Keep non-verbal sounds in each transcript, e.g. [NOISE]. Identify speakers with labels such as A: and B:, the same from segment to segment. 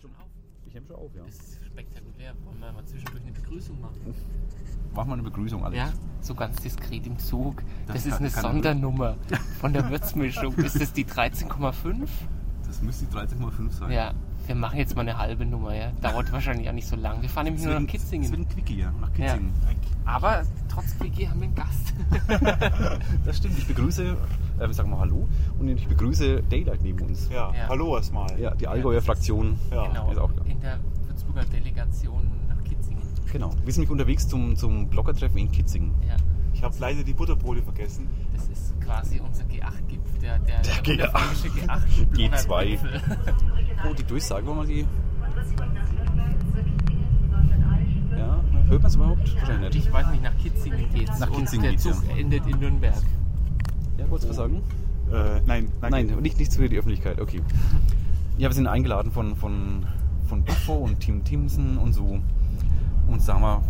A: schon auf?
B: Ich nehme schon auf, ja.
A: Das ist spektakulär. Wollen wir mal zwischendurch eine Begrüßung machen?
B: Mach mal eine Begrüßung, Alex.
A: Ja, so ganz diskret im Zug. Das,
B: Das
A: ist
B: kann-
A: eine
B: kann-
A: Sondernummer von der [LAUGHS] Würzmischung. Ist das die 13,5?
B: Das müsste die 13,5 sein.
A: Ja, wir machen jetzt mal eine halbe Nummer, ja. Dauert wahrscheinlich auch nicht so lang. Wir fahren nämlich
B: Es
A: nur
B: wird
A: nach
B: ein, es wird
A: Kitzingen.
B: ein Quickie, ja. Nach Kitzingen.
A: Aber trotz PG haben wir einen Gast.
B: Das stimmt. Ich begrüße, äh, wir sagen mal Hallo, und ich begrüße Daylight neben uns.
C: Ja,
A: Ja.
C: hallo erstmal.
B: Ja, die Allgäuer Fraktion.
A: [LAUGHS]
C: Ja.
B: ist auch da.
A: Genau. in der Würzburger Delegation nach Kitzingen.
B: Genau. Wir sind nämlich unterwegs zum, zum Bloggertreffen in Kitzingen.
A: Ja,
C: Ich habe leider die Butterbrote vergessen.
A: das ist quasi unser G8-Gipfel, der, der, der,
B: G8.
A: wundervollische
B: G2.
A: Gipfel.
C: Genau.
B: Oh, die Durchsage, wollen wir die.
D: Ja.
B: Ja, hört man es überhaupt? Wahrscheinlich nicht.
A: Ich weiß nicht, nach Kitzingen geht's.
B: Nach Kitzingen
A: und der
B: geht's,
A: Zug
B: ja.
A: endet in Nürnberg.
B: Ja, kurz was sagen?
C: Äh, nein,
B: Nein, nicht, nichts für die Öffentlichkeit, okay. Ja, wir sind eingeladen von, von, von Buffo und Team Timsen und so. Und sagen wir,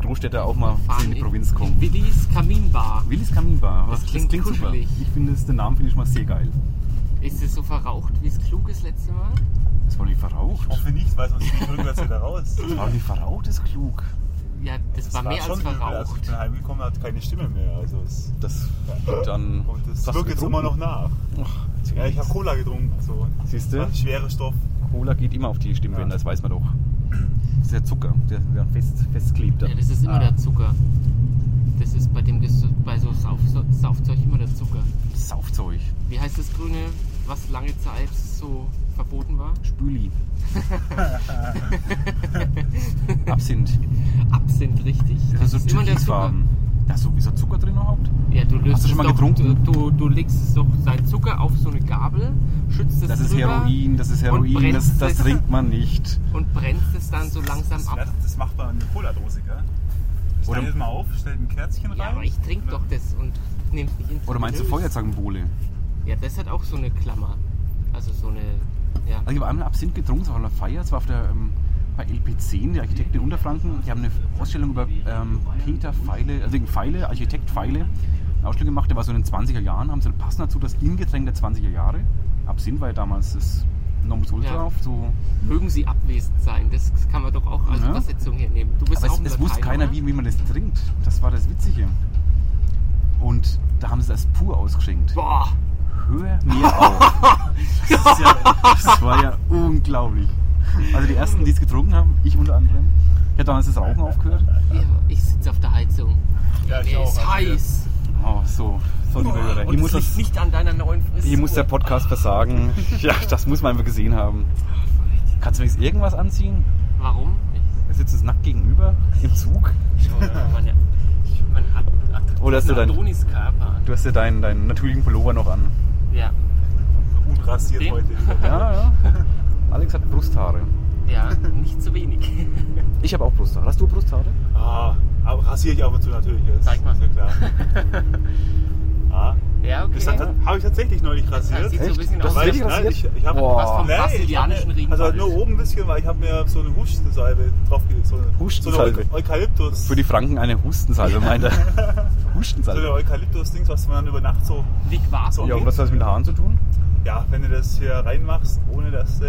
B: Großstädter auch mal in die
A: in-
B: Provinz
A: In
B: kommen.
A: Willis Kaminbar.
B: Willis Kaminbar,
A: Das klingt
B: super.
A: kuschelig.
B: Ich finde das- den Namen finde ich mal sehr geil.
A: Ist es so verraucht, wie es klug ist letzte Mal?
B: Das war nicht verraucht.
C: Ich hoffe nicht, weil sonst geht rückwärts wieder
A: [LAUGHS]
C: raus.
B: Das war nicht verraucht, ist klug.
A: Ja, das, war mehr als
C: übel. Also ich
A: verraucht.
C: bin heimgekommen, hat keine Stimme mehr. Also es,
B: Das dann.
C: und es
B: hast du
C: wirkt jetzt
B: getrunken?
C: immer noch nach.
B: Ach,
C: Ja, ich habe Cola getrunken. Also
B: Siehst du?
C: war ein schwerer Stoff.
B: Cola geht immer auf die Stimmbänder,
C: Ja.
B: das weiß man doch. Das ist der Zucker, der, der fest, festklebt.
A: Ja, das ist immer
B: Ah.
A: der Zucker. Das ist bei dem Ges- bei so Sauf, Saufzeug immer der Zucker.
B: Saufzeug.
A: Wie heißt das Grüne, was lange Zeit so verboten war? [LAUGHS]
B: Spüli. Absinth.
A: Absinth, richtig.
B: Das ist so türkisfarben. Da ist sowieso Zucker drin überhaupt?
A: Ja, du löst
B: Hast du schon
A: es
B: mal
A: doch,
B: getrunken?
A: Du, du, du legst es doch dein Zucker auf so eine Gabel, schützt es
B: Das ist
A: drüber
B: Heroin, das ist Heroin,
A: brennst
B: das, das
A: es.
B: trinkt man nicht.
A: und brennst es dann so langsam
C: das,
A: ab.
C: Das macht man in eine Cola-Dose, gell?
B: Oder-
C: Stellt es mal auf, stellt ein Kerzchen rein.
A: Ja, aber ich trinke doch das und nehm's nicht in
B: Oder meinst du Feuerzangenbowle?
A: Ja, das hat auch so eine Klammer. Also so eine. Ja.
B: Also ich habe einmal Absinth getrunken, das war auf einer Feier, das war auf der, ähm, bei LP10, die Architekten in Unterfranken. Die haben eine Ausstellung über ähm, Peter Feile, also wegen Feile, Architekt Feile, eine Ausstellung gemacht, der war so in den 20er Jahren, haben sie passend dazu das Ingetränk der 20er Jahre. Absinth war ja damals das Nonplusultra
A: Ja.
B: auf, so
A: Mögen sie abwesend sein, das kann man doch auch als
B: Ja.
A: Übersetzung hier nehmen. Du bist
B: Aber
A: auch
B: es,
A: ein
B: es wusste
A: Lateiner,
B: keiner,
A: oder?
B: wie, wie man das trinkt. Das war das Witzige. Und da haben sie das pur ausgeschenkt.
A: Boah!
B: Hör mir auf.
A: [LAUGHS]
B: Das, ist ja, das war ja unglaublich. Also die ersten, die es getrunken haben, ich unter anderem. Ich habe damals das Rauchen aufgehört.
A: Ja, ich sitze auf der Heizung.
C: Ja, ich
A: Der
C: auch,
A: ist
C: also
A: heiß!
B: Oh, so. so lieber Hörer.
A: Und
B: Hier muss,
A: es liegt
B: das,
A: nicht an deiner neuen Frisur.
B: hier muss der Podcast
A: [LAUGHS]
B: versagen. Ja, das muss man einfach gesehen haben. Kannst du wenigstens irgendwas anziehen?
A: Warum?
B: Wir sitzen uns nackt gegenüber im Zug.
A: Ich schau
C: [LAUGHS]
A: da mal meine. Ich mein Ad- Ad-
B: Oder hast du dein-
A: Adoniskörper an.
B: Du hast ja deinen, deinen natürlichen Pullover noch an.
A: Ja.
C: Unrasiert
A: Den-
C: heute.
B: Ja, ja. Alex hat Brusthaare.
A: Ja, nicht zu wenig. [LAUGHS]
B: Ich habe auch Brusthaare. Hast du Brusthaare?
C: Ah, aber rasiere ich ab und zu natürlich. Das
A: Zeig mal.
C: Ist ja
A: [LAUGHS]
C: klar. ah,
A: Ja, okay.
C: das habe ich tatsächlich neulich rasiert.
A: Sieht so ein bisschen
B: Das
A: aus.
B: ist wirklich
C: Nein,
B: rasiert?
C: ich, ne, ich hab,
B: Boah.
A: Fast vom
C: Nee, ich hab,
A: brasilianischen
C: mir-
A: Regenwald.
C: also nur oben ein bisschen, weil ich habe mir so eine Hustensalbe draufgelegt. So eine,
B: Hustensalbe?
C: So eine Eu- Eukalyptus.
B: Für die Franken eine Hustensalbe, meint er.
C: [LAUGHS] so eine
B: Hustensalbe?
C: Eukalyptus-Dings, was man dann über Nacht so.
A: Wie war's?
C: So.
B: Ja, und was hat das mit den Haaren zu tun?
C: Ja, wenn du das hier reinmachst, ohne dass. Äh,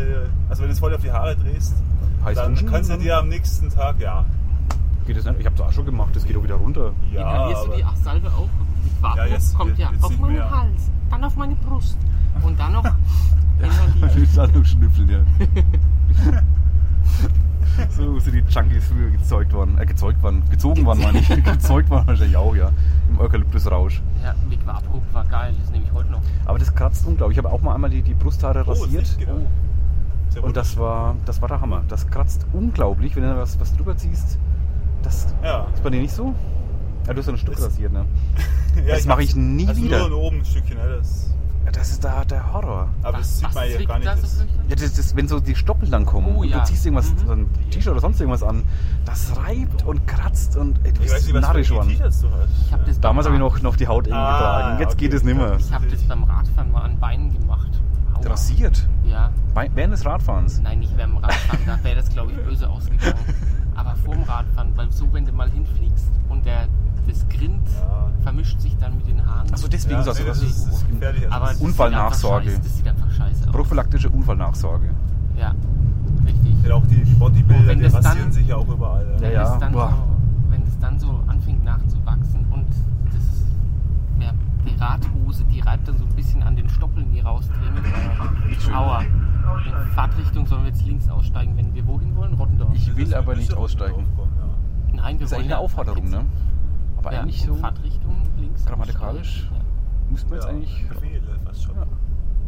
C: also, wenn du es voll auf die Haare drehst,
B: Heiß
C: dann
B: duschen?
C: kannst du dir am nächsten Tag, ja.
B: Geht das nicht? Ich habe das auch schon gemacht, das geht auch wieder runter.
C: Ja,
A: Inhalierst du
C: aber,
A: die Salbe auch? Die Vakuum
C: Ja, jetzt-
A: kommt ja
C: jetzt
A: auf
C: nicht
A: meinen
C: mehr.
A: Hals, dann auf meine
C: [LAUGHS]
A: Brust und dann noch inhalieren.
B: [LAUGHS] Ich lasse nur schnüffeln,
C: [LAUGHS]
B: ja. so sind die Junkies früher gezeugt worden. Äh, gezeugt worden. Gezogen worden,
C: [LAUGHS]
B: meine ich. gezeugt worden wahrscheinlich auch, ja. Im Eukalyptusrausch.
A: Ja, Big Vapo war geil, das nehme ich heute noch.
B: Aber das kratzt unglaublich. Ich habe auch mal einmal die, die Brusthaare
C: oh, das
B: rasiert. Oh.
C: Licht geht an. Ist ja
B: Und das war, das war der Hammer. Das kratzt unglaublich, wenn du da was, was drüber ziehst. Das
C: Ja.
B: [LAUGHS] ist bei dir nicht so? Ja, du hast ja ein Stück
C: Das-
B: rasiert, ne?
C: Ja,
B: das mache ich nie
C: also
B: wieder.
C: Nur ein oben ein Stückchen, ne? das,
B: Ja, Das ist da der Horror.
C: aber das sieht man ja
A: zwickt
C: gar nicht.
A: da so
C: Das,
A: fürchterlich?
B: Ja, das, das, wenn so die Stoppel dann kommen
A: Oh,
B: und
A: ja.
B: du ziehst irgendwas,
A: Mhm.
B: so ein T-Shirt oder sonst irgendwas an, das reibt und kratzt und ey, du
C: ich weiß
B: bist
C: nicht, was
B: narrisch
C: für
B: geworden.
C: T-Shirts du hast.
A: Ich habe das,
B: Damals habe
A: beim
B: ich noch, noch die Haut eng
C: Ah,
B: getragen, jetzt geht
C: okay.
B: es nimmer.
A: ich hab das beim Radfahren mal an Beinen gemacht. Aua.
B: Rasiert?
A: Ja,
B: Bei- Während des Radfahrens?
A: nein, nicht beim Radfahren, da wäre das glaube ich böse ausgegangen.
C: [LAUGHS]
A: Aber vorm Radfahren, weil so, wenn du mal hinfliegst und der, das Grind
C: Ja.
A: vermischt sich dann mit den Haaren.
B: Achso, deswegen
C: Ja,
B: sagst du
C: nee,
B: das.
C: das ist, das ist gefährlich. Also
A: aber
C: das
A: das
B: Unfallnachsorge.
A: sieht einfach scheiße- Das sieht einfach scheiße aus.
B: Prophylaktische Unfallnachsorge.
A: Ja, richtig. wenn
C: die
A: das
C: rasieren
A: dann,
C: sich ja auch überall. ne? ja.
A: wenn
B: Ja,
A: das
B: ja,
A: dann so,
B: boah.
A: wenn das dann so anfängt nachzuwachsen und das, ja, die Radhose, die reibt dann so ein bisschen an den Stoppeln, die rausdringen. Aua. In Fahrtrichtung sollen wir jetzt links aussteigen, wenn wir wohin wollen? Rottendorf.
B: Ich will
C: Also Das
B: aber nicht
C: müsste auch
B: aussteigen.
C: draufkommen, ja.
A: Nein, wir
B: Das ist
A: wollen
B: eigentlich eine
A: ja-
B: Aufforderung, ne? Aber
A: ja,
B: eigentlich
A: in
B: so
A: Fahrtrichtung links.
B: grammatikalisch
A: aussteigen.
B: müsste man jetzt
C: Ja,
B: eigentlich.
C: Befehl, fast schon.
A: Ja.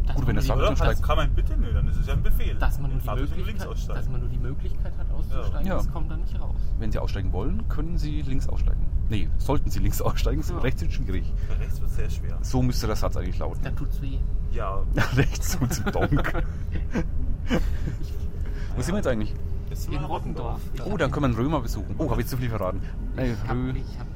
A: Dass
B: Gut, wenn
A: man
B: das
A: die-
B: sagt,
C: Oder?
B: dann steigt-
C: Das kann man bitte nicht, dann ist es ja ein Befehl.
A: dass man, nur
C: In
A: die
C: Fahrtrichtung links
A: Möglichkeit, dass
C: aussteigen.
A: man nur die Möglichkeit hat, auszusteigen,
B: Ja.
A: das kommt dann nicht raus.
B: Wenn Sie aussteigen wollen, können Sie links aussteigen. Nee, sollten Sie links [LAUGHS] aussteigen, so
A: Ja.
B: rechts ist schwierig.
C: Bei rechts wird sehr schwer.
B: So müsste der Satz eigentlich lauten. [LAUGHS]
A: Dann tut's weh.
C: Ja,
B: rechts und zum Donk. Wo sind wir jetzt eigentlich?
C: jetzt sind wir
A: In Rottendorf.
B: Oh, dann können wir einen Römer besuchen. Oh, habe ich zu viel verraten. Nee,
A: Ich hab,
B: Rö.
A: ich hab,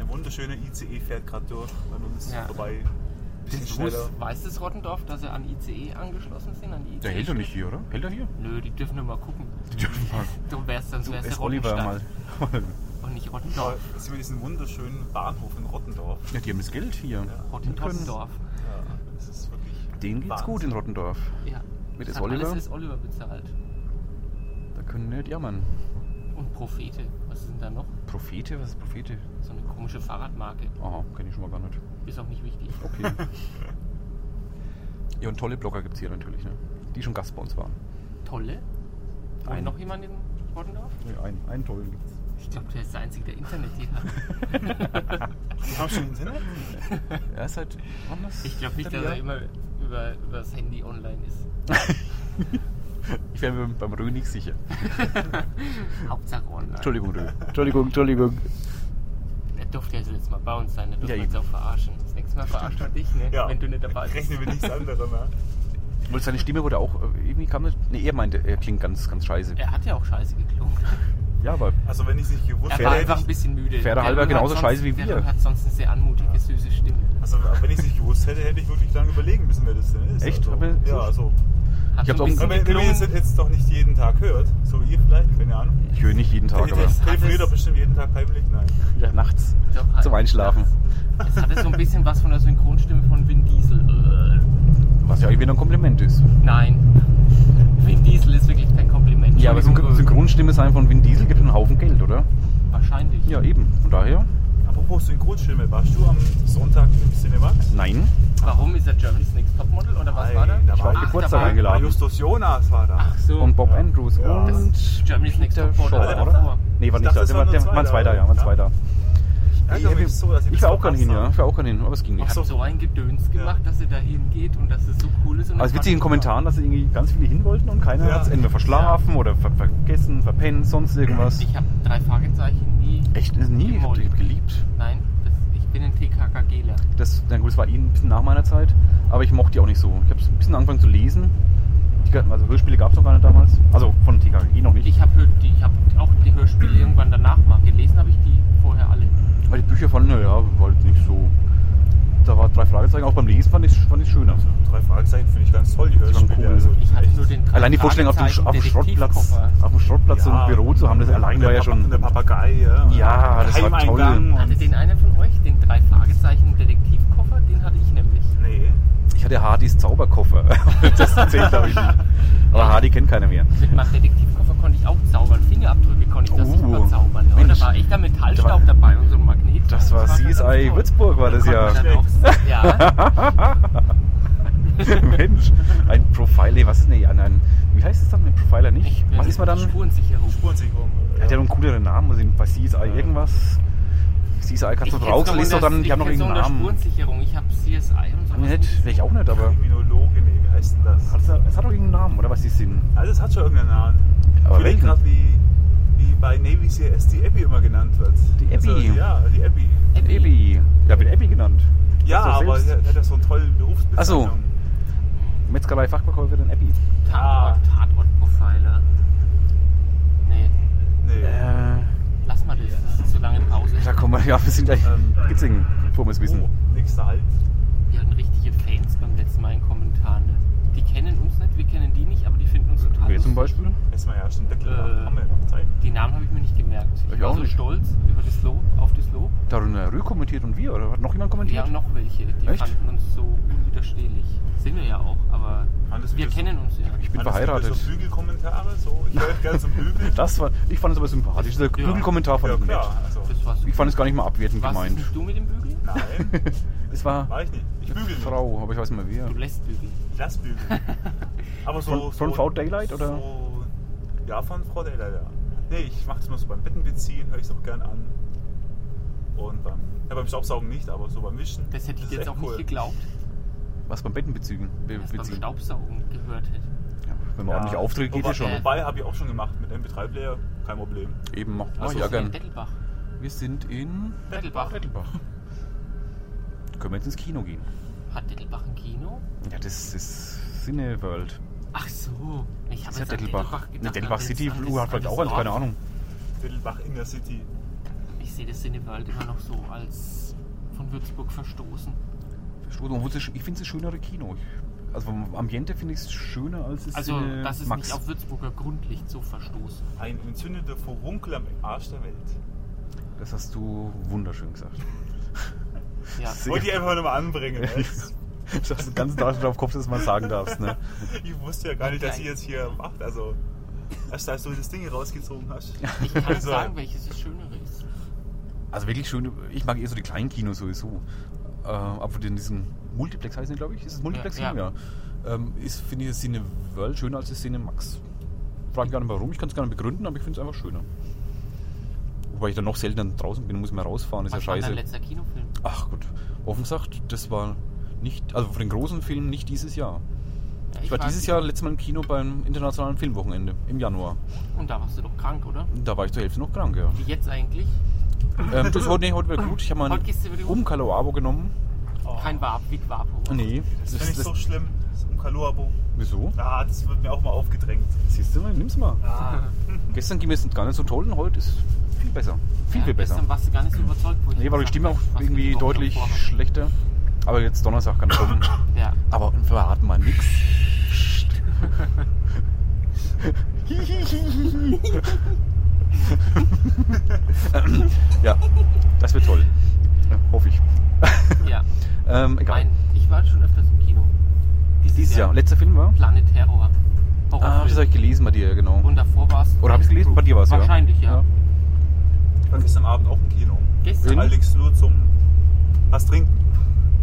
C: Ein wunderschöner ICE fährt gerade durch an uns
A: Ja.
C: vorbei.
A: den
C: Bisschen schneller.
A: Bus, weiß das Rottendorf, dass sie an ICE angeschlossen sind? An die ICE
B: Der hält doch nicht hier, oder? Hält er hier?
A: Nö, die dürfen nur mal gucken.
B: Die dürfen mal.
A: Du wärst sonst
B: Du
A: wärst der
B: ist Oliver mal. [LAUGHS]
A: Rottenstadt und nicht
C: Ja,
A: Rottendorf.
C: Jetzt sind wir in diesem wunderschönen Bahnhof in Rottendorf.
B: Ja, die haben das Geld hier.
A: Rottendorf.
C: Ja, das ist wirklich.
B: Denen geht's
C: Wahnsinn.
B: gut in Rottendorf.
A: Ja.
B: Mit
A: Das
B: ist
A: hat
B: Oliver.
A: Alles ist Oliver bezahlt.
B: Da können wir nicht jammern.
A: Und Prophete. Was sind da noch?
B: Prophete? Was ist Prophete?
A: So eine komische Fahrradmarke.
B: Aha, kenne ich schon mal gar nicht.
A: Ist auch nicht wichtig.
B: Okay.
A: [LAUGHS]
B: ja, und tolle Blogger gibt's hier natürlich, ne? Die schon Gast bei uns waren.
A: Tolle. War
B: Ein-
A: noch jemand in Rottendorf?
B: Ja, einen, einen tollen gibt's.
A: Ich glaube, der ist der Einzige, der Internet hier
B: [LAUGHS]
A: hat.
C: Die haben schon
A: [LAUGHS]
C: Internet?
B: Er ist halt anders.
A: Ich glaube nicht, dass er immer über, über das Handy online
B: [LAUGHS]
A: ist.
B: Ich wäre mir beim Rö nicht sicher.
A: Hauptsache online.
B: Entschuldigung, Rö. Entschuldigung, Entschuldigung.
A: Er durfte ja das letzte Mal bei uns sein, der durfte
B: Ja,
A: uns
B: eben.
A: auch verarschen. Das nächste Mal verarscht er dich, ne? wenn du nicht dabei bist.
C: Rechnen wir nichts anderes mehr.
B: Und seine Stimme wurde auch äh, irgendwie kam das. Nee, er meinte, er klingt ganz, ganz scheiße.
A: Er hat ja auch scheiße geklungen.
B: Ja, aber
C: Also, wenn ich es nicht gewusst
A: Er war einfach
C: hätte, hätte
A: ein
C: ich,
A: bisschen müde.
B: Pferde
A: Der
B: halber
A: Römer
B: genauso
A: hat
B: scheiße wie
A: sonst-
B: wir.
A: Der Römer hat sonst eine sehr anmutige, süße Stimme.
C: also, wenn ich es nicht gewusst hätte, hätte ich wirklich lange überlegen müssen, wer das denn ist.
B: Echt?
C: Also,
B: Aber-
C: ja, so.
A: Hat
B: Ich hab's
A: so
B: auch-
A: ein bisschen
C: Wenn, wenn ihr es
A: geklungen.
C: jetzt doch nicht jeden Tag hört, so ihr vielleicht, keine Ahnung.
B: ich höre nicht jeden Tag,
C: Tag,
B: aber
C: telefoniert doch bestimmt jeden Tag heimlich? Nein.
B: ja, nachts
A: Doch, halt.
B: zum Einschlafen.
A: Es hatte so ein bisschen was von der Synchronstimme von Vin Diesel.
B: Was ja irgendwie noch ein Kompliment ist.
A: Äh, Nein. Vin Diesel ist wirklich kein Kompliment.
B: Ja, aber Synchron-
A: Entschuldigung,
B: Synchronstimme sein von Vin Diesel gibt einen Haufen Geld, oder?
A: äh, Wahrscheinlich.
B: Ja, eben. Von daher,
C: Apropos Synchronstimme, warst du am Sonntag im Cinemax?
B: nein.
A: Warum ist er Germany's Next Topmodel oder was
C: Nein,
A: war da?
C: da
B: Ich war auf
A: Ach,
B: Geburtstag
A: da war-
B: eingeladen.
C: Justus Jonas war da.
A: Ach so.
B: Und Bob Andrews
C: Ja. Das
B: und
A: Germany's Next
B: Peter
A: Topmodel
B: Shaw,
C: war der
B: oder?
A: davor.
B: Nee, war nicht
C: Ich dachte,
B: da.
C: es
B: Der
C: war
B: war,
C: nur
B: der,
C: zwei
B: war ein
C: da,
B: Zweiter, ja, war ein
C: ja.
B: Zweiter.
C: Ich ärgere mich so, dass ihr
B: Ich
C: das
B: war auch gar nicht hin,
C: verpasst
B: ja.
C: habt.
B: Ich war auch gar nicht hin, aber es ging
A: Ich
B: nicht.
A: habe so ein Gedöns gemacht, dass er da hingeht und dass es so cool ist. Und das
B: Aber es ist Also witzig in
A: fand
B: Kommentaren, dass irgendwie ganz viele hin wollten und keiner
C: Ja.
B: hat es entweder verschlafen oder ver vergessen, verpennt, sonst irgendwas.
A: ich- Ich habe drei Fragezeichen nie.
B: Echt? Nie? Ich hab, ich hab geliebt.
A: Nein, das, ich bin ein TKKGler.
B: Das, na gut, es war eh ein bisschen nach meiner Zeit, aber ich mochte die auch nicht so. Ich habe ein bisschen angefangen zu lesen. Die, ganzen- also Hörspiele gab es noch gar nicht damals. Also von TKG noch nicht.
A: Ich habe ich hab auch die Hörspiele irgendwann danach mal gelesen, habe ich die vorher alle.
B: Weil die Bücher fanden, naja, war jetzt nicht so. Da war drei Fragezeichen. Auch beim Lesen fand ich es schöner.
C: Also, drei Fragezeichen finde ich ganz toll, die
B: waren
C: Hörspiele.
B: cool.
C: Also,
A: Ich hatte
C: echt.
A: nur den drei
B: Allein die Vorstellung auf dem, Sch- auf dem
A: Fragezeichen
B: Schrottplatz,
A: Detektivkoffer.
B: auf dem Schrottplatz so
C: Ja.
B: ein Büro zu haben, das allein
C: Der
B: war ja
C: Papa-
B: schon.
C: Der Papagei, ja.
B: Ja, das war toll.
C: Heimeingang
A: Hatte
C: Und,
A: den einer von euch, den drei Fragezeichen Detektivkoffer, den hatte ich nämlich.
C: nee.
B: Ich hatte Hardys Zauberkoffer. [LAUGHS] das zählt, glaube ich, nicht. Aber Hardy kennt keiner mehr.
A: Mit meinem Detektivkoffer konnte ich auch zaubern. Fingerabdrücke konnte ich das
B: Oh,
A: super zaubern. Und
B: Mensch.
A: da war echter
B: Da war-
A: Metallstaub dabei und so ein Magnet.
B: Das war
A: schon ganz
B: CSI
A: toll.
B: Würzburg war das
A: Da
B: ja.
A: konnte man dann auch- Ja,
B: Mensch, ein Profiler, was ist nee, ein, ein, wie heißt es dann, ein Profiler nicht?
A: Ich bin
B: was ist man dann?
A: Spurensicherung.
C: Spurensicherung.
B: Er hat ja noch einen cooleren Namen, also bei CSI irgendwas. CSI
A: Ich
B: Kassel
A: kenn's
B: Brauchs,
A: noch
B: ist doch
A: unter-
B: dann, die haben noch
A: ich kenn's
B: irgendeinen
A: unter
B: Namen.
A: Spurensicherung. Ich habe CSI und sowas.
B: Nicht, wäre ich auch nicht, aber
C: Kriminologe, nee, wie heißt denn das?
B: hat es, es hat doch irgendeinen Namen, oder was die sind?
C: Alles hat schon irgendeinen Namen.
B: Aber
C: ich überleg
B: welchen?
C: gerade, wie, wie bei Navy CS die Abby immer genannt wird.
B: Die
C: Also,
B: Abby?
C: ja, die Abby.
A: Abby.
B: Ebi. Ja, wird Ebi genannt.
C: Ja,
B: Hast du
C: aber
B: selbst?
C: der hat ja so einen tollen Berufsbezeichnung.
B: Ach so. Metzgerei-Fachverkäuferin Ebi.
A: Tatort, Tatortprofiler. Nee,
C: Nee.
B: Äh,
A: lass mal das. Das ist zu lange Pause.
B: da kommen wir, ja, wir sind gleich
C: Ähm,
B: Gitzingen, vor wir es wissen.
C: Oh, nächster Halt.
A: Wir hatten richtige Fans beim letzten Mal in den Kommentaren. Ne? Die kennen uns nicht, wir kennen die nicht, aber die finden uns total
B: Wer zum Beispiel?
C: Erstmal ja, stimmt. Deckel
A: Äh.
C: haben wir noch Zeit.
A: Die Namen habe ich mir nicht gemerkt. Ich,
B: Ich
A: war
B: auch
A: so
B: nicht.
A: stolz über das Lob, auf das Lob.
B: Da hat der Rö kommentiert und wir, oder hat noch jemand
A: Wir
B: kommentiert?
A: haben noch welche, die
B: Echt?
A: fanden uns so unwiderstehlich. Sind wir ja auch, aber
C: Fand das
A: wir
C: wieder so-
A: kennen uns ja.
B: Ich bin
C: Fand das wieder
B: verheiratet.
C: So Bügelkommentare, so. Ich höre
B: [LAUGHS]
C: gerne zum Bügeln.
B: Das war, ich fand es aber sympathisch. Dieser
A: Ja.
B: Bügelkommentar fand
C: ja,
B: ich nett.
C: klar. Also,
A: Das war super.
B: Ich fand es gar nicht mal abwertend
A: Warst es [LAUGHS]
B: gemeint.
A: nicht du mit dem Bügel?
C: nein,
B: Es war
C: war ich nicht. Ich
B: eine
C: bügel nicht.
B: Frau, aber ich weiß nicht mehr
A: Du
B: wer.
A: lässt bügeln.
C: Ich lass
B: [LAUGHS]
C: bügeln. Aber so.
B: Von- von
C: so,
B: Frau Daylight, oder?
C: So, ja, von Frau Daylight, ja. Nee, ich mach das mal so beim Bettenbeziehen, höre ich es auch gern an. Und beim. Ja, beim Staubsaugen nicht, aber so beim Wischen.
A: Das hätte ich jetzt
C: echt
A: auch nicht geglaubt,
B: Was beim Bettenbezügen? Be
A: dass beim
B: beziehen.
A: Staubsaugen gehört hätte.
B: Ja, wenn man
C: Ja.
B: ordentlich auftritt, geht
C: wobei,
B: das schon.
A: äh,
C: Wobei habe ich auch schon gemacht mit MP3-Player, kein Problem.
B: Eben, mach mach
A: Ach so,
B: ich
A: wir
B: ja
A: sind in
B: gern.
A: Also Dettelbach.
B: Wir sind in
A: Dettelbach.
B: Rettelbach. Können wir jetzt ins Kino gehen?
A: Hat Dettelbach ein Kino?
B: Ja, das ist Cineworld.
A: Ach so. Ich habe
B: Das ist ja
A: jetzt an
B: Dettelbach.
A: gedacht,
B: Ne, Dettelbach
A: an
B: City,
A: das- an
B: uh,
A: das-
B: hat vielleicht
A: an
B: auch
A: das
B: eins, keine
A: Dorf.
B: Ahnung.
C: Dittelbach in der City.
A: Ich sehe das Cineworld immer noch so als von Würzburg verstoßen.
B: Verstoßen, obwohl es ist- Ich finde es ein schönere Kino. Ich- Also vom Ambiente finde ich es schöner als das
A: Also,
B: Cine
A: das ist
B: Max.
A: nicht auf Würzburger Grundlicht so
B: [LAUGHS]
A: verstoßen.
C: Ein entzündeter Furunkel am Arsch der Welt.
B: Das hast du wunderschön gesagt.
A: [LAUGHS] Ja.
B: Das ist-
C: Wollte ich einfach
B: [LAUGHS]
C: nochmal anbringen. ne?
B: Das hast du ganz deutlich auf Kopf, dass du mal sagen darfst. Ne?
C: Ich wusste ja gar nicht, dass ihr jetzt hier macht. Also, erst als du das Ding hier rausgezogen hast.
A: Ich kann nicht
C: Also,
A: sagen, welches das Schönere ist.
B: Also wirklich schön. Ich mag eher so die kleinen Kinos sowieso. Äh, aber in diesem Multiplex heißen die, glaube ich. Ist es Multiplex?
A: Ja,
B: Ja. ja. Ähm, ist, finde ich, das Cine World schöner als das Cine Max. Frage mich gar nicht warum. Ich kann es gar nicht begründen, aber ich finde es einfach schöner. Wobei ich dann noch seltener draußen bin, muss ich mehr rausfahren. Ist
A: Was
B: ja
A: war dein
B: scheiße.
A: letzter Kinofilm?
B: Ach gut. Offen gesagt, das war nicht, also für den großen Film nicht dieses Jahr.
A: Ja,
B: Ich, war dieses Jahr letztes Mal im Kino beim internationalen Filmwochenende im Januar.
A: Und da warst du doch krank, oder?
B: Da war ich zur Hälfte noch
A: [LAUGHS]
B: krank, ja.
A: Wie jetzt eigentlich?
B: ähm, das heute, nee, heute wieder gut. Ich habe mal
A: Heute gehst du wieder
B: einen
A: gut?
B: Umkaloabo genommen.
C: Oh.
A: Kein Warp, Big Vapo.
B: um. Nee,
C: Das finde ich so schlimm. Das ist ein Kalorabo.
B: Wieso?
C: Ah, das wird mir auch mal aufgedrängt.
B: Siehst du mal, nimm's mal.
C: Ah,
B: Gestern ging es gar nicht so toll und heute ist viel besser. Viel, viel besser.
A: Gestern warst du gar nicht so überzeugt. Wo ich
B: Nee, war die
A: gesagt
B: Stimme auch
A: habe, was du
B: irgendwie
A: überhaupt noch
B: deutlich
A: vorhast.
B: schlechter. Aber jetzt Donnerstag kann kommen.
A: Ja.
B: Aber verraten mal nix. Psst. [LAUGHS] ja, das wird toll. Ja, hoffe ich. [LAUGHS]
A: ja.
B: Ähm, egal.
A: Mein, ich war schon öfters im Kino.
B: Dieses Jahr. Letzter Film war?
A: Planet Terror.
B: Ah, das habe ich gelesen bei dir, genau.
A: Und davor war es.
B: Oder habe ich gelesen? Bei dir war es ja.
A: Wahrscheinlich, ja.
C: ich war gestern Abend auch im Kino.
A: Gestern.
C: Allerdings nur zum was trinken.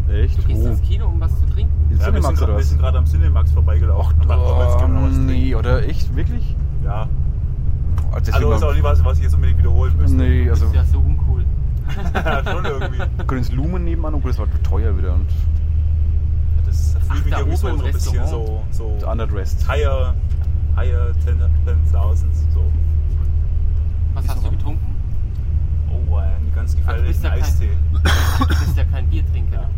B: Ja. Echt?
A: Du gehst ins Kino, um was zu trinken?
B: Jetzt
C: Ja, wir, sind,
B: Cinemax
C: gra-
B: oder
C: wir
B: was?
C: sind gerade am Cinemax vorbeigelaufen. Haben gedacht, komm, jetzt gehen wir noch was
B: Oh,
C: trinken.
B: nee, oder echt? Wirklich?
C: Ja.
B: Oh, deswegen
C: Also ist auch
B: mal-
C: nicht was, was ich jetzt unbedingt wiederholen müsste. [LAUGHS]
B: nee, also
A: Ist ja so uncool.
C: Schon irgendwie.
B: grünes Lumen nebenan und das war teuer wieder und
C: Das
A: Ach,
C: fühlt mich
A: da
C: irgendwie so,
A: oben
C: so
A: im
C: ein bisschen so,
A: Restaurant.
C: so
B: underdressed.
C: higher, higher 10,000. So.
A: Was hast du getrunken?
C: Oh, ein ganz
A: bist
C: gefährlichen
A: ja kein-
C: Eistee.
A: Du bist ja kein Biertrinker.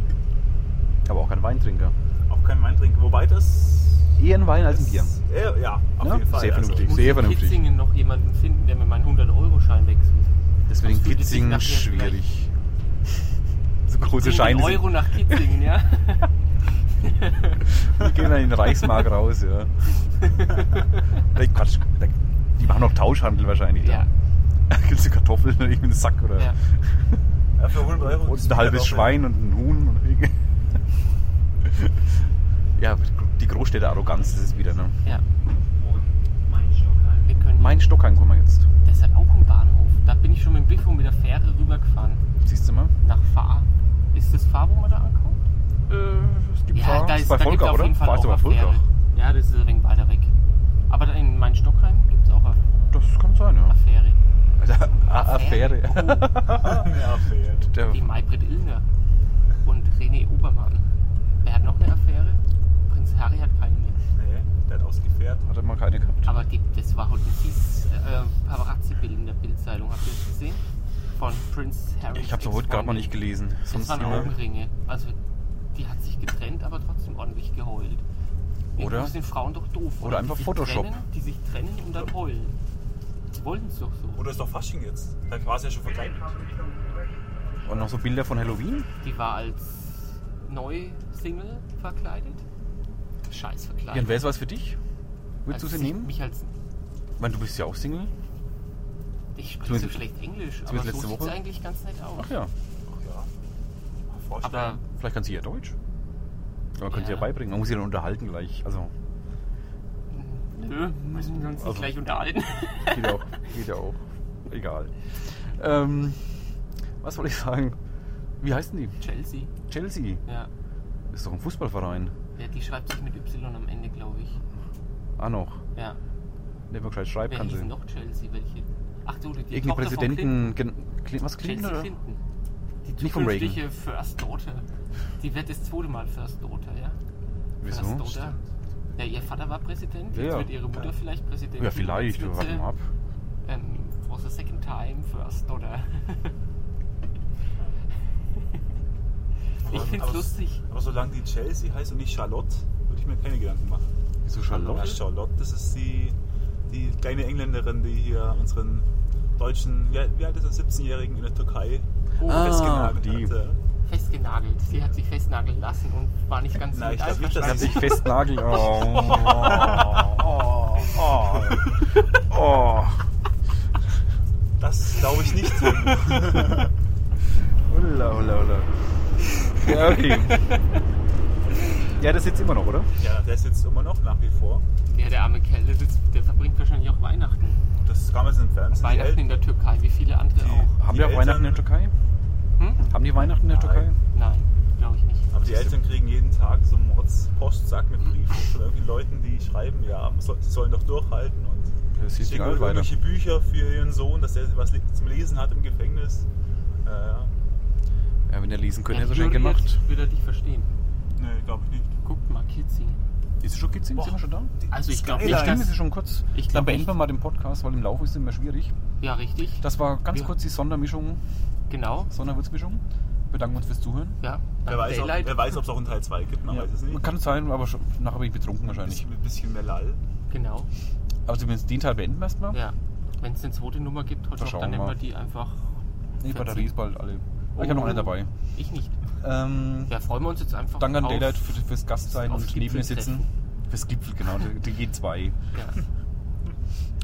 B: Aber auch kein Weintrinker.
C: Auch kein Wein trinken. Wobei das.
B: Eher ein Wein als ein Bier.
C: das- Äh, ja, auf
B: Ja,
C: jeden Fall.
B: sehr
A: Ich
B: vernünftig.
A: muss
B: Sehr
A: in
B: vernünftig.
A: Kitzingen noch jemanden finden, der mir meinen 100-Euro-Schein wechselt.
B: Deswegen
A: Absolut, das liegt
B: Kitzingen
A: nachher
B: schwierig. [LAUGHS] So große
A: Bring den
B: Scheine.
A: Euro nach Kitzingen,
B: [LAUGHS]
A: ja?
B: sind- Gehen dann in den Reichsmark raus, ja. [LAUGHS] Nee, Quatsch. Die machen noch Tauschhandel wahrscheinlich.
A: ja.
B: Da [LAUGHS] gibt es Kartoffeln oder irgendwie einen Sack oder
A: ja.
C: Ja, für 100 Euro.
B: und ein halbes Schwein und ein Huhn. Und [LAUGHS] irgendwie- ja, die Großstädte-Arroganz das ist wieder. Ne?
A: Ja. Wir können
B: Mein Stockheim kommen wir jetzt.
A: deshalb auch im Bahnhof. Da bin ich schon mit dem Biffo mit der Fähre rübergefahren.
B: Siehst du mal?
A: Nach Fahr. Ist das Fahr, wo man da ankommt?
B: Äh, es gibt Fahr-
A: da
B: ist bei
A: da gibt's
B: Volker,
A: auf
B: oder?
A: jeden Fall
B: Fahrst du
A: auch
B: bei
A: eine
B: Volker?
A: Fähre. Ja, das ist ein wenig weiter weg. Aber da in Main-Stockheim gibt es auch eine
B: Das kann sein, ja.
A: Affäre.
B: [LAUGHS] Also, A- Affäre. Oh.
C: ja, fair.
B: [LAUGHS] Der-
A: Die Maybrit Illner und René Obermann. Wer hat noch eine Affäre? Prinz Harry hat keine mehr.
C: Nee, der hat ausgefährt.
B: Hat er mal keine gehabt.
A: Aber die, das war heute ein fies äh, Paparazzi-Bild in der Bildzeitung. Habt ihr das gesehen? Von Prinz Harry.
B: Ich habe sie heute gerade mal nicht gelesen.
A: Das
B: Sonst
A: waren
B: immer.
A: Augenringe. Also die hat sich getrennt, aber trotzdem ordentlich geheult. Irgendwie
B: Oder-
A: sind Frauen doch doof. Die
B: oder einfach
A: sich
B: Photoshop.
A: Trennen, die sich trennen und dann heulen. Die wollten es doch so.
C: Oder ist doch Fasching jetzt? Da war es ja schon verkleidet.
B: Und noch so Bilder von Halloween?
A: Die war als Neu-Single verkleidet. Scheiß verkleidet.
B: Jan, wäre es was für dich? Würdest du
A: Also
B: sie
A: sich-
B: nehmen?
A: Mich als,
B: Ich meine, du bist ja auch Single.
A: ich spreche so
B: Zumindest-
A: schlecht Englisch, aber so
B: zumindest letzte
A: sieht es
B: Woche.
A: eigentlich ganz nett aus.
B: Ach ja,
C: Ach ja. Mal
A: Aber
C: vorstellen.
B: vielleicht kann sie ja Deutsch. Aber Man könnte sie ja
A: Ja.
B: beibringen. Man muss sie dann unterhalten gleich. Also,
A: mm, nö, müssen wir uns nicht
B: Also-
A: gleich unterhalten. [LAUGHS]
B: geht ja auch. Geht ja auch. Egal. Ähm, was wollte ich sagen? Wie heißen die?
A: Chelsea,
B: Chelsea.
A: ja.
B: Ist doch ein Fußballverein.
A: ja. Die schreibt sich mit Y am Ende, glaube ich.
B: Ah, noch.
A: Ja.
B: Der man gescheit schreiben
A: Wer
B: kann
A: hieß denn
B: sie.
A: noch Chelsea? Welche? Ach so, die die
B: Irgendein
A: Tochter von
B: Präsidenten. Gen- Clinton-
A: Clinton.
B: Was Clinton
A: Chelsea
B: oder?
A: Clinton. Die
B: Nicht vom Reagan.
A: zukünftige First Daughter. Die wird das zweite Mal First Daughter, ja? First
B: Wieso?
A: Daughter. Ja, ihr Vater war Präsident,
B: Ja,
A: jetzt
B: ja.
A: wird ihre Mutter vielleicht Präsidentin.
B: Ja, vielleicht.
A: Jetzt wird
B: Warte
A: sie,
B: mal ab.
A: Ähm, for the second time First
C: [LAUGHS]
A: Daughter. ich
C: Aber-
A: find's
C: aber-
A: lustig.
C: Aber solange die Chelsea heißt und nicht Charlotte, würde ich mir keine Gedanken machen.
B: Wieso
C: Ja,
B: Charlotte?
C: Charlotte, das ist die, die kleine Engländerin, die hier unseren deutschen, wie alt wie alt ist er, 17-Jährigen in der Türkei
A: Oh,
B: Ah,
C: festgenagelt
B: die.
C: hatte.
A: festgenagelt. Sie hat sich festnageln lassen und war nicht ganz
C: Nein, ich glaub nicht,
B: Sie haben
A: einverstanden.
B: sich festnageln. [LAUGHS] Oh. Oh. Oh. oh.
C: Das glaube
B: [LAUGHS]
C: ich nicht. Tim.
B: Ulla, ulla, ulla. Ja, okay. ja, das sitzt immer noch, oder?
C: ja, der sitzt immer noch nach wie vor.
A: Ja, der arme Kerl, der, sitzt- der verbringt wahrscheinlich auch Weihnachten.
C: Das kam jetzt im Fernsehen.
A: Weihnachten in der Türkei, wie viele andere auch.
B: Haben die, auch Weihnachten in der Türkei?
A: Hm?
B: Haben die Weihnachten in der
C: Nein.
B: Türkei?
A: Nein, glaube ich nicht.
C: Aber die Eltern kriegen jeden Tag so einen Mordspostsack mit Briefen von irgendwelchen Leuten, die schreiben, ja, so- sie sollen doch durchhalten und
B: Das sieht
C: schicken
B: egal weiter.
C: irgendwelche Bücher für ihren Sohn, dass er was li- zum Lesen hat im Gefängnis. Äh, ja.
B: Ja, wenn der lesen könnte, hätte er
A: Juri
B: schon gemacht.
A: Wird er dich verstehen.
C: nee, glaube ich nicht.
A: Guck mal, Kitzi.
B: Ist sie schon gezinkt? Sind
C: Boah.
B: wir schon da?
A: Also ich glaube
C: Skyline.
A: nicht,
B: Stimmt, ist
A: dass...
B: sie schon kurz.
A: Ich
B: Dann
A: glaub
B: beenden
A: nicht.
B: wir mal den Podcast, weil im Laufe ist es immer schwierig.
A: Ja, richtig.
B: Das war ganz
A: Ja.
B: kurz die Sondermischung,
A: Genau.
B: Sonderwürzmischung. Bedanken uns fürs Zuhören.
A: Ja,
C: Wer
A: dank
C: weiß, ob-
A: Daylight.
C: wer weiß, ob es auch einen Teil 2 gibt, man weiß es nicht.
B: Kann sein, aber schon, nachher bin ich betrunken wahrscheinlich. Also
C: Bisschen, mit bisschen mehr Lall.
A: Genau,
B: Aber zumindest den Teil beenden wir erstmal.
A: ja. Wenn es eine zweite Nummer gibt heute
B: Da
A: noch,
B: schauen
A: dann
B: wir
A: nehmen
B: mal.
A: wir die einfach...
B: Die Batterie ist bald alle. Aber Ich habe noch
A: Oh.
B: einen dabei.
A: Ich nicht.
B: Ähm,
A: Ja, freuen wir uns jetzt einfach
B: Danke an
A: auf-
B: Daylight für, fürs Gastsein
A: auf
B: und neben mir sitzen.
A: Gipfeltreffen.
B: Fürs Gipfel, genau, der der G2.
A: Ja,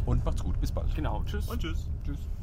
B: Und macht's gut, bis bald.
A: genau. Tschüss.
C: Und tschüss.
B: Tschüss.